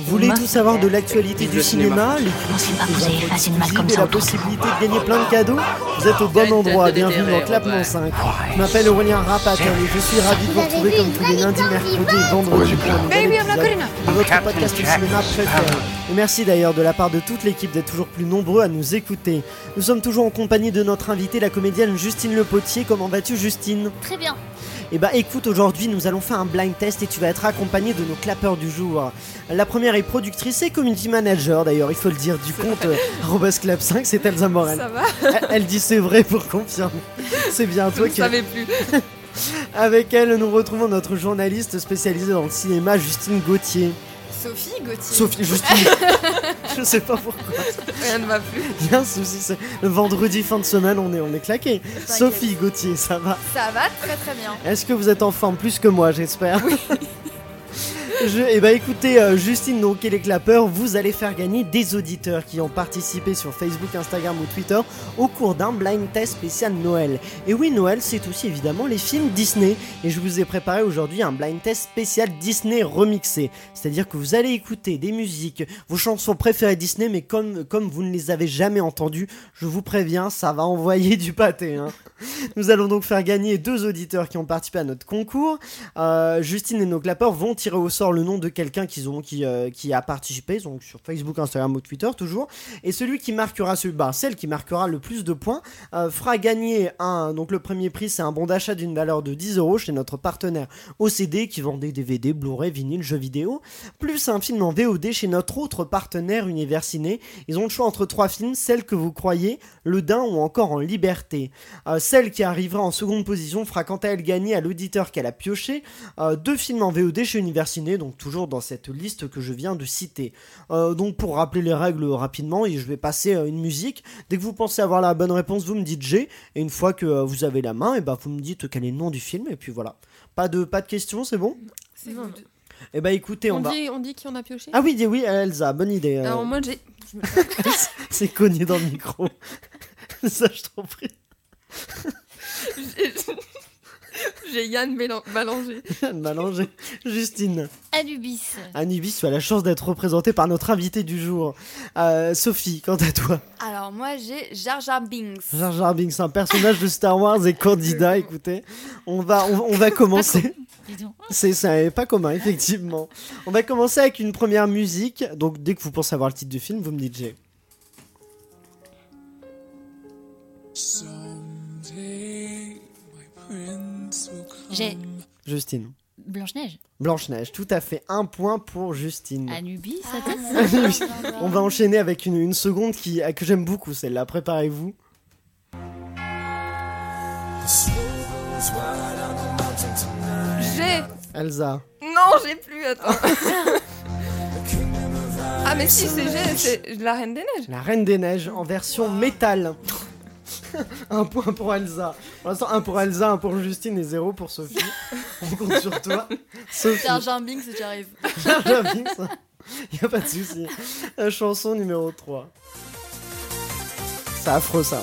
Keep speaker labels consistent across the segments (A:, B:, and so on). A: Vous voulez tout savoir de l'actualité du cinéma, les critiques, les infos exclusives et la possibilité de gagner plein de cadeaux Vous êtes au bon endroit, bienvenue dans Clapement 5. Je m'appelle Aurélien Rapatel et je suis ravi de vous retrouver comme tous les lundis, mercredis et vendredis pour un nouvel épisode de votre podcast de cinéma préféré. Et merci d'ailleurs de la part de toute l'équipe d'être toujours plus nombreux à nous écouter. Nous sommes toujours en compagnie de notre invitée, la comédienne Justine Le Potier. Comment vas-tu Justine
B: Très bien.
A: Et bah écoute, aujourd'hui nous allons faire un blind test et tu vas être accompagné de nos clappeurs du jour. La première est productrice et community manager d'ailleurs, il faut le dire, du compte euh, Robust Clap 5, c'est Elsa Morel.
C: Ça va
A: Elle, elle dit c'est vrai pour confirmer. C'est bien
C: Je
A: toi
C: ne
A: qui...
C: savais plus.
A: Avec elle, nous retrouvons notre journaliste spécialisée dans le cinéma, Justine Gauthier.
C: Sophie Gauthier.
A: Sophie, Justine. Je sais pas pourquoi.
C: Rien ne va plus.
A: Il y a un souci. c'est- Le vendredi fin de semaine, on est, on est claqué. Sophie Gauthier, ça va
C: Ça va très très bien.
A: Est-ce que vous êtes en forme plus que moi, j'espère Je, eh ben écoutez, euh, Justine donc et les clapeurs, vous allez faire gagner des auditeurs qui ont participé sur Facebook, Instagram ou Twitter au cours d'un blind test spécial Noël. Et oui, Noël, c'est aussi évidemment les films Disney. Et je vous ai préparé aujourd'hui un blind test spécial Disney remixé. C'est-à-dire que vous allez écouter des musiques, vos chansons préférées Disney, mais comme, comme vous ne les avez jamais entendues, je vous préviens, ça va envoyer du pâté. hein. Nous allons donc faire gagner deux auditeurs qui ont participé à notre concours. Euh, Justine et nos clapeurs vont tirer au sort le nom de quelqu'un qu'ils ont, qui, euh, qui a participé, donc sur Facebook, Instagram ou Twitter toujours. Et celui qui marquera, celui, bah, celle qui marquera le plus de points, euh, fera gagner un. Donc le premier prix, c'est un bon d'achat d'une valeur de 10 euros chez notre partenaire OCD qui vend des DVD, Blu-ray, vinyle, jeux vidéo, plus un film en VOD chez notre autre partenaire Univers Ciné. Ils ont le choix entre trois films, celle que vous croyez, le Dain ou encore En Liberté. Euh, celle qui arrivera en seconde position fera quant à elle gagner à l'auditeur qu'elle a pioché euh, deux films en VOD chez Univers Ciné, donc toujours dans cette liste que je viens de citer. Euh, donc pour rappeler les règles rapidement, et je vais passer euh, une musique. Dès que vous pensez avoir la bonne réponse, vous me dites G, et une fois que euh, vous avez la main, et ben vous me dites quel est le nom du film, et puis voilà. Pas de, pas de questions, c'est bon
C: C'est
D: Bon.
C: good.
A: Et bah écoutez, on,
D: on,
A: va...
D: dit, on dit qui on a pioché
A: Ah oui, dis oui, Elsa, bonne idée. euh,
D: Alors moi j'ai.
A: C'est cogné dans le micro. Ça, je t'en prie.
D: j'ai- J'ai Yann Mélan- Ballanger.
A: Anne Malanger, Justine.
B: Anubis.
A: Anubis, tu as la chance d'être représentée par notre invité du jour. Euh, Sophie, quant à toi,
C: Alors moi j'ai Jar Jar Binks.
A: Jar Jar Binks, un personnage de Star Wars et candidat, écoutez, on va, on, on va commencer.
B: Dis donc.
A: C'est ça est pas commun, effectivement. On va commencer avec une première musique. Donc, dès que vous pensez avoir le titre du film, vous me dites j'ai.
B: J'ai
A: Justine.
B: Blanche-Neige.
A: Blanche-Neige, tout à fait. Un point pour Justine.
B: Anubis, ça
C: Ah,
B: t'aide
A: Oui. On va enchaîner avec une, une seconde qui, euh, que j'aime beaucoup, celle-là. Préparez-vous.
D: J'ai.
A: Elsa.
D: Non, j'ai plus. Attends. ah mais si c'est j'ai, c'est la Reine des Neiges.
A: La Reine des Neiges en version métal. un point pour Elsa. Pour l'instant, un pour Elsa, un pour Justine et zéro pour Sophie. On compte sur toi. Sophie.
C: Jar Jar Binks, j'arrive.
A: Jar Jar Binks. Y a pas de souci. Euh, Chanson numéro 3. C'est affreux ça.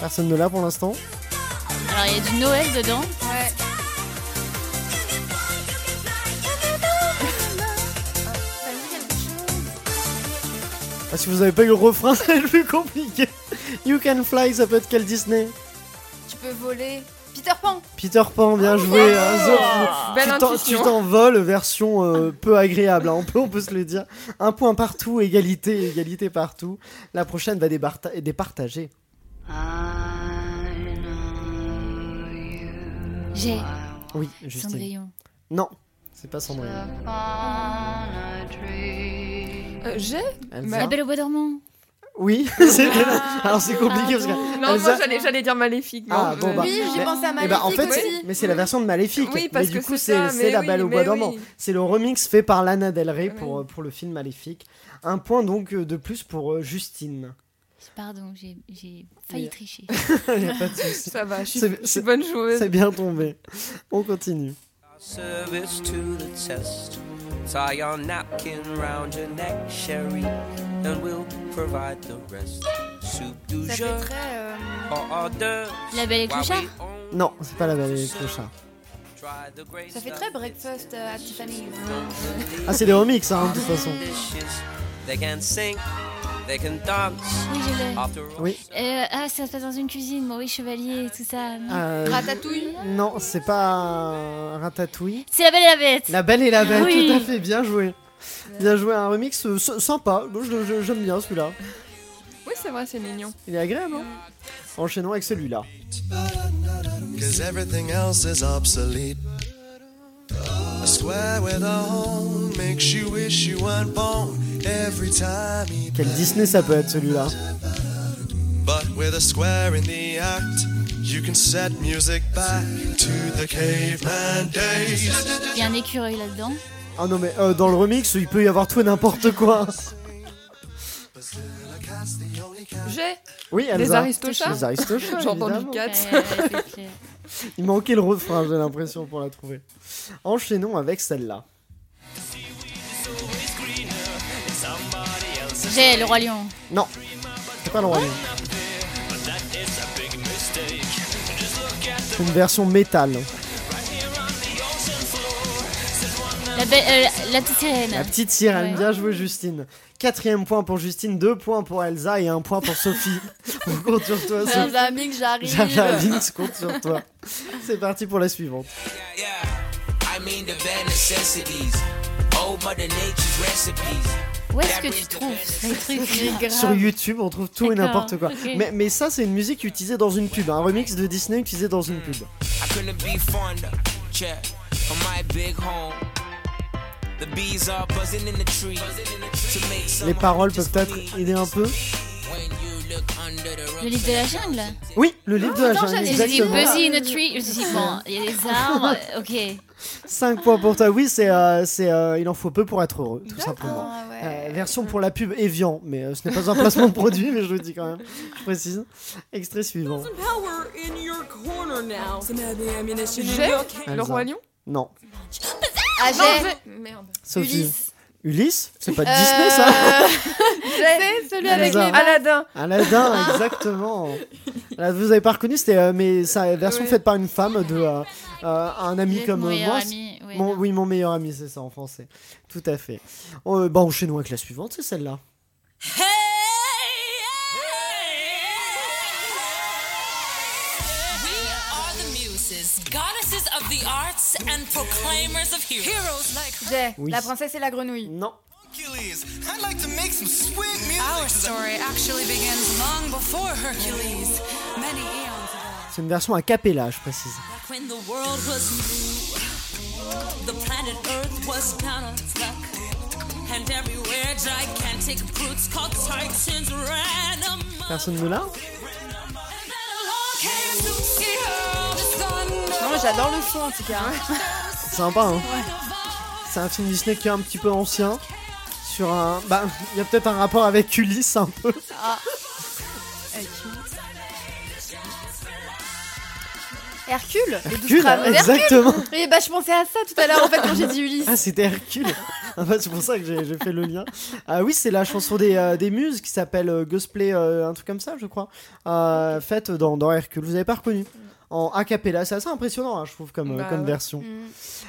A: Personne ne l'a pour l'instant.
B: Alors, il y a du Noël dedans.
C: Ouais.
A: Ah, si vous avez pas eu le refrain, c'est le plus compliqué. You Can Fly, ça peut être quel Disney
C: Tu peux voler. Peter Pan.
A: Peter Pan, bien joué. hein, Sophie.
D: Oh, Belle
A: Tu t'en- tu
D: intuition.
A: t'envoles, version euh, peu agréable, hein, on, peut, on peut se le dire. Un point partout, égalité, égalité partout. La prochaine va débarta- départager.
B: J'ai
A: Oui, Justine.
B: Cendrillon.
A: Non, c'est pas Cendrillon.
D: Euh, j'ai.
A: Elsa.
B: La Belle au Bois dormant.
A: Oui, c'était là.
D: Ah,
A: Alors c'est compliqué parce que.
B: Pardon.
D: Non,
A: Elsa-
D: moi j'allais, j'allais dire Maléfique.
A: Ah,
D: non,
A: bon,
D: euh,
A: bah.
C: Oui, j'ai
A: Mais-
C: pensé à
A: Eh ben, en
C: Maléfique
A: fait,
C: aussi.
A: mais c'est la version de Maléfique.
D: Oui, parce
A: mais du
D: que
A: coup,
D: c'est ça, mais
A: la
D: oui,
A: balle au
D: mais
A: bois
D: oui.
A: dormant. C'est le remix fait par Lana Del Rey pour,
D: Oui.
A: euh, pour le film Maléfique. Un point donc euh, de plus pour euh, Justine.
B: Pardon, j'ai j'ai failli
A: Oui.
B: tricher.
A: Il y a pas de souci.
D: Ça va, je suis,
A: C'est-
D: je suis
A: c'est-
D: bonne joueuse.
A: C'est bien tombé. On continue.
E: Service to the test. Tie your napkin round your neck, Sherry, and we'll provide the rest. Soup du
C: Ça
E: jour.
C: fait très. euh,
E: hors d'œuvre.
B: La Belle et
E: While
B: Clochard
E: we own
A: Non, c'est pas la belle et le clochard.
E: Try the great
C: Ça fait
E: stuff.
C: très breakfast euh, à Tiffany.
A: Ah, c'est des remix, hein, de toute façon.
E: Dishes. They can sing, they can dance.
B: Oui, je
A: Ah.
B: l'ai.
E: After all,
A: Oui.
B: Euh, ah, ça se passe dans une cuisine, Maurice Chevalier
A: Ah,
B: et tout ça. Ah. non.
A: Euh,
C: Ratatouille.
A: non, c'est pas Ratatouille.
B: C'est la belle et la bête.
A: La Belle et la Bête,
B: Oui.
A: tout à fait, bien joué. Bien joué, un remix euh, s- sympa. Moi, je- je- J'aime bien celui-là.
D: Oui, c'est vrai, c'est mignon.
A: Il est agréable, hein Enchaînons avec celui-là.
F: Cause everything else is obsolete. A square with a hole makes you wish you weren't born every time he
A: Quel Disney ça peut être celui-là
F: But with a square in the act, you can set music back to the caveman days.
B: Il y a un écureuil là-dedans.
A: Ah non, mais euh, dans le remix, il peut y avoir tout et n'importe quoi.
D: J'ai
A: Oui, Elsa.
D: Les Aristochats
A: Les Aristochats,
D: J'ai entendu
A: évidemment.
B: Ouais,
D: 4.
B: ouais, Euh, c'est clair.
A: Il manquait le refrain, j'ai l'impression, pour la trouver. Enchaînons avec celle-là.
B: J'ai le roi lion.
A: Non, c'est pas le royaume. C'est une version métal.
B: La, belle- euh, la petite
A: La
B: sirène.
A: petite sirène,
B: Ouais.
A: bien joué Justine. Quatrième point pour Justine, deux points pour Elsa et un point pour Sophie. On compte sur toi,
D: euh,
A: Sophie.
C: Benjamin,
A: Jaja
C: j'arrive.
A: Vince compte sur toi. C'est parti pour la suivante.
G: Yeah, I mean the bare necessities. Old Mother Nature's recipes.
B: Où est-ce que tu trouves ces trucs
A: Sur YouTube, on trouve tout et
B: D'accord,
A: n'importe quoi.
B: ok.
A: Mais, mais ça, c'est une musique utilisée dans une pub, un remix de Disney utilisé dans une pub.
G: I couldn't be fonder. Check on my big home. The bees are buzzing in the trees to make
A: Les
G: someone
A: paroles peuvent
G: just
A: peut-être
G: me.
A: aider un peu.
G: When you look under the
B: Le
G: rug,
B: livre de la jungle
A: Oui, le livre de la
C: attends,
A: jungle,
C: j'allais
B: J'ai dit
A: exactement.
B: Buzzy in a tree. Je me suis dit, bon, il y a des arbres. Ok.
A: 5 points pour toi, oui, c'est, euh, c'est, euh, il en faut peu pour être heureux, tout simplement.
C: Ah, ouais.
A: Euh, version pour la pub Evian, mais euh, ce n'est pas un placement de produit, mais je le dis quand même, je précise. Extrait suivant.
H: power in your corner now. Some heavy ammunition in
D: J'ai
H: your ca-
A: Elsa.
D: le roi lion.
A: Non.
C: Ah,
D: Non,
C: j'ai.
D: j'ai. Merde.
A: Sophie.
C: Ulysse.
A: Ulysse C'est pas Disney ça
D: Euh. J'ai
C: Celui
A: Elsa.
C: avec les balles.
D: Aladdin.
A: Aladdin, exactement. Là, vous avez pas reconnu, c'était euh, mais sa version
D: Ouais.
A: faite par une femme de euh, euh, un ami comme
B: mon
A: euh,
B: meilleur
A: moi.
B: ami. ouais,
A: Mon-
B: non.
A: oui, mon meilleur ami, c'est ça en français. Tout à fait. Euh, bah, enchaînons avec la suivante, c'est celle-là.
H: We are the muses, goddesses of the arts and proclaimers of heroes. Heroes like
C: J'ai.
A: Oui.
C: La princesse et la grenouille.
A: Non.
F: Achilles, I'd like to make some swing music.
H: Our story actually begins long before Hercules, many eons ago.
A: C'est une version à cappella, je précise.
H: Back when the world was new, the planet Earth was down on its luck. And everywhere gigantic brutes called titans ran amok.
A: Personne ne l'a
H: And then along came Lucifer, the son
C: Non, mais j'adore le son en tout cas. hein.
A: C'est sympa, hein C'est un film Disney qui est un petit peu ancien. Sur un. Bah, il y a peut-être un rapport avec Ulysse un peu.
C: Hercule. les douze
A: Hercule,
C: crânes. Hercule.
A: exactement.
C: Oui, bah je pensais à ça tout à l'heure en fait quand j'ai dit Ulysse.
A: Ah, c'était Hercule. Ah bah, c'est pour ça que j'ai j'ai fait le lien. Ah oui, c'est la chanson des, euh, des muses qui s'appelle euh, Gospelay, euh, un truc comme ça, je crois. Euh, Faite dans, dans Hercule. Vous avez pas reconnu En a cappella. C'est assez impressionnant, hein, je trouve, comme, euh,
D: Mm. Bah
A: comme
D: ouais.
A: version.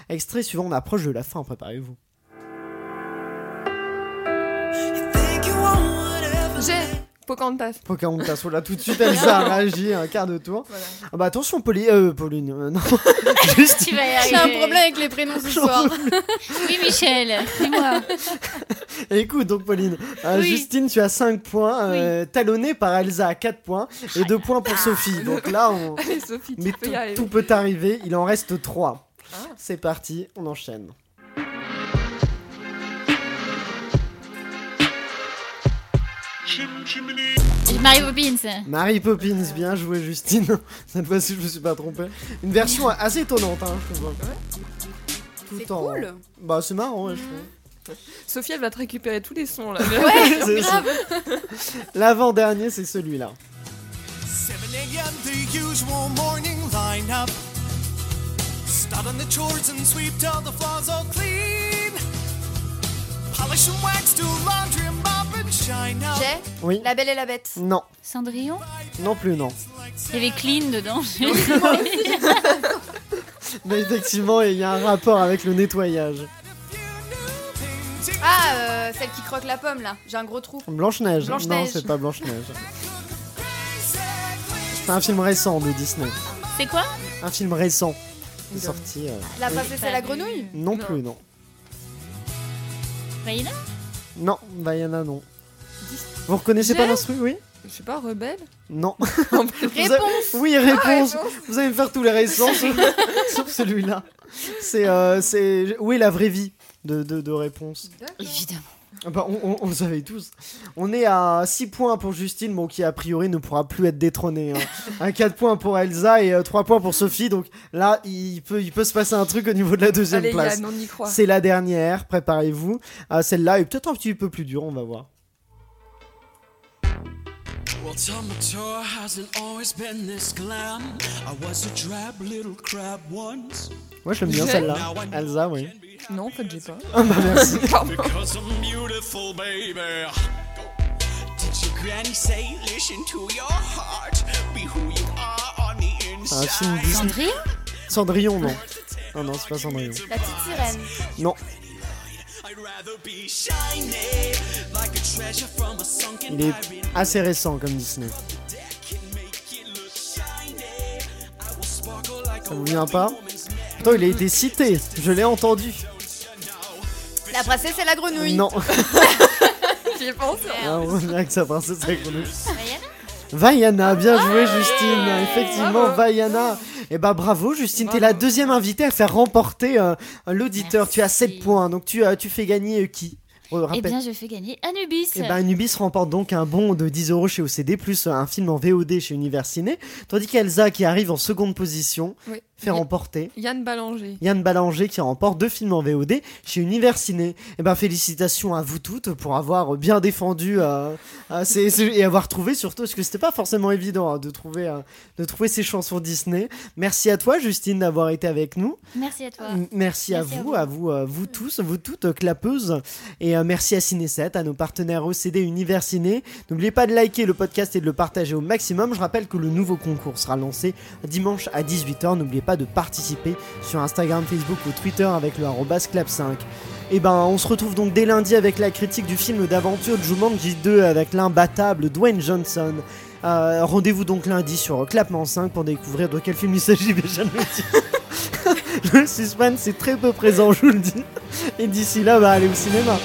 A: Extrait suivant, on approche de la fin, préparez-vous.
D: J'ai Pocahontas.
A: Pocahontas, on l'a tout de suite, Elsa a réagi un quart de tour. Ah bah attention, Pauline. euh, Pauline, euh, non. Juste.
B: Tu vas y arriver.
C: J'ai un problème avec les prénoms ce soir.
B: Oui, Michel. Dis-moi.
A: Écoute donc Pauline, euh,
B: Oui.
A: Justine tu as 5 points, euh, talonnée par Elsa à 4 points et 2 points pour Sophie. Donc là on...
D: Ah. Allez, Sophie, tu
A: Mais
D: peux
A: tout,
D: y arriver. Ah.
A: tout peut arriver, il en reste 3. C'est parti, on enchaîne.
B: Marie Poppins.
A: Mary Poppins,
D: Ah.
A: bien joué Justine. Cette fois-ci je me suis pas trompé. Une version assez étonnante hein, je trouve. Tout
C: C'est
A: en-
C: cool.
A: Bah c'est marrant ouais, je trouve.
D: Sophie, elle va te récupérer tous les sons là.
A: C'est- c'est- L'avant-dernier c'est celui-là.
F: 7 a.m. the usual morning lineup. Start on the chores and sweep till the floor's all clean. Polish and wax, do laundry and mop and
C: J'ai
A: Oui.
C: La Belle et la Bête.
A: Non,
B: Cendrillon
A: non plus, non.
B: Il y avait Clean dedans.
A: Mais effectivement, il y a un rapport avec le nettoyage.
C: Ah, euh, celle qui croque la pomme là. J'ai un gros trou.
A: Blanche-Neige. non,
C: Blanche-Neige.
A: c'est pas Blanche-Neige. C'est un film récent de Disney.
B: C'est quoi
A: Un film récent. qui est sorti. euh,
C: La
A: oui.
C: princesse et la grenouille.
A: Non,
D: Non.
A: plus, non.
B: Vaïla
A: Non, Vaiana, non. Vous reconnaissez pas
D: J'ai-
A: l'instru, oui
D: Je sais pas, rebelle
A: Non. Vous avez-
C: Réponse.
A: Oui, réponse. Vous allez me faire tous les récents, sauf, sauf celui-là. C'est, euh, c'est... Où est la vraie vie de, de, de réponse
B: Évidemment.
A: Ah bah, on, on- on le savait tous. On est à 6 points pour Justine, bon, qui a priori ne pourra plus être détrônée. hein. À 4 points pour Elsa et 3 points pour Sophie. Donc là, il peut, il peut se passer un truc au niveau de la deuxième
D: Allez,
A: place.
D: Yann, on y croit.
A: C'est la dernière, préparez-vous. Ah, celle-là est peut-être un petit peu plus dure, on va voir.
E: Well, Tom Tour hasn't always been this glam. I was a drab little crab once.
A: Moi, je l'aime bien
D: J'ai-
A: celle-là. Elsa, oui.
D: Non, en fait, j'ai pas.
A: Ah bah merci.
E: Cause I'm beautiful, baby. Did your granny say, listen to your heart? Be who you are on the
A: Un
E: inside.
A: film Disney.
B: Cendrillon
A: Cendrillon, non. Non, non, c'est pas Cendrillon.
C: La petite sirène.
A: Non,
E: I'd rather be shiny like a treasure from a sunken
A: il est assez récent comme Disney. Ça vous vient pas Pourtant, il a été cité, je l'ai entendu.
C: La princesse et la grenouille.
A: Non,
D: J'y ai pensé.
A: Ah, on dirait que ça passe c'est connu.
B: Vaiana
A: Vaiana, bien joué Justine, effectivement
D: Bravo.
A: Vaiana. Et bah bravo Justine, t'es la deuxième invitée à faire remporter euh, l'auditeur.
B: Merci.
A: Tu as 7 points, donc tu, euh, tu fais gagner euh, qui Re-
B: Eh
A: rappelle-
B: bien, je fais gagner Anubis.
A: Eh ben, Anubis remporte donc un bon de 10 euros chez OCD, plus un film en VOD chez Universiné, tandis qu'Elsa, qui arrive en seconde position,
D: Oui.
A: fait remporter
D: Yann Ballanger.
A: Yann Ballanger, qui remporte deux films en VOD chez Universiné. Eh ben, félicitations à vous toutes pour avoir bien défendu euh, euh, ces- ces- et avoir trouvé surtout, parce que c'était pas forcément évident hein, de, trouver, euh, de trouver ces chansons Disney. Merci à toi, Justine, d'avoir été avec nous.
B: Merci à toi.
A: M- Merci, à
B: Merci à
A: vous,
B: vous. Mm.
A: à vous, euh, vous tous, vous toutes euh, clapeuses. Et euh, merci à Ciné7, à nos partenaires OCD Univers Ciné. N'oubliez pas de liker le podcast et de le partager au maximum. Je rappelle que le nouveau concours sera lancé dimanche à 18h. N'oubliez pas de participer sur Instagram, Facebook ou Twitter avec le arrobas clap5. Et ben, on se retrouve donc dès lundi avec la critique du film d'aventure Jumanji 2 avec l'imbattable Dwayne Johnson. Euh, Rendez-vous donc lundi sur Clapement 5 pour découvrir de quel film il s'agit, mais jamais dit. Le suspense est très peu présent, je vous le dis. Et d'ici là, bah, allez au cinéma.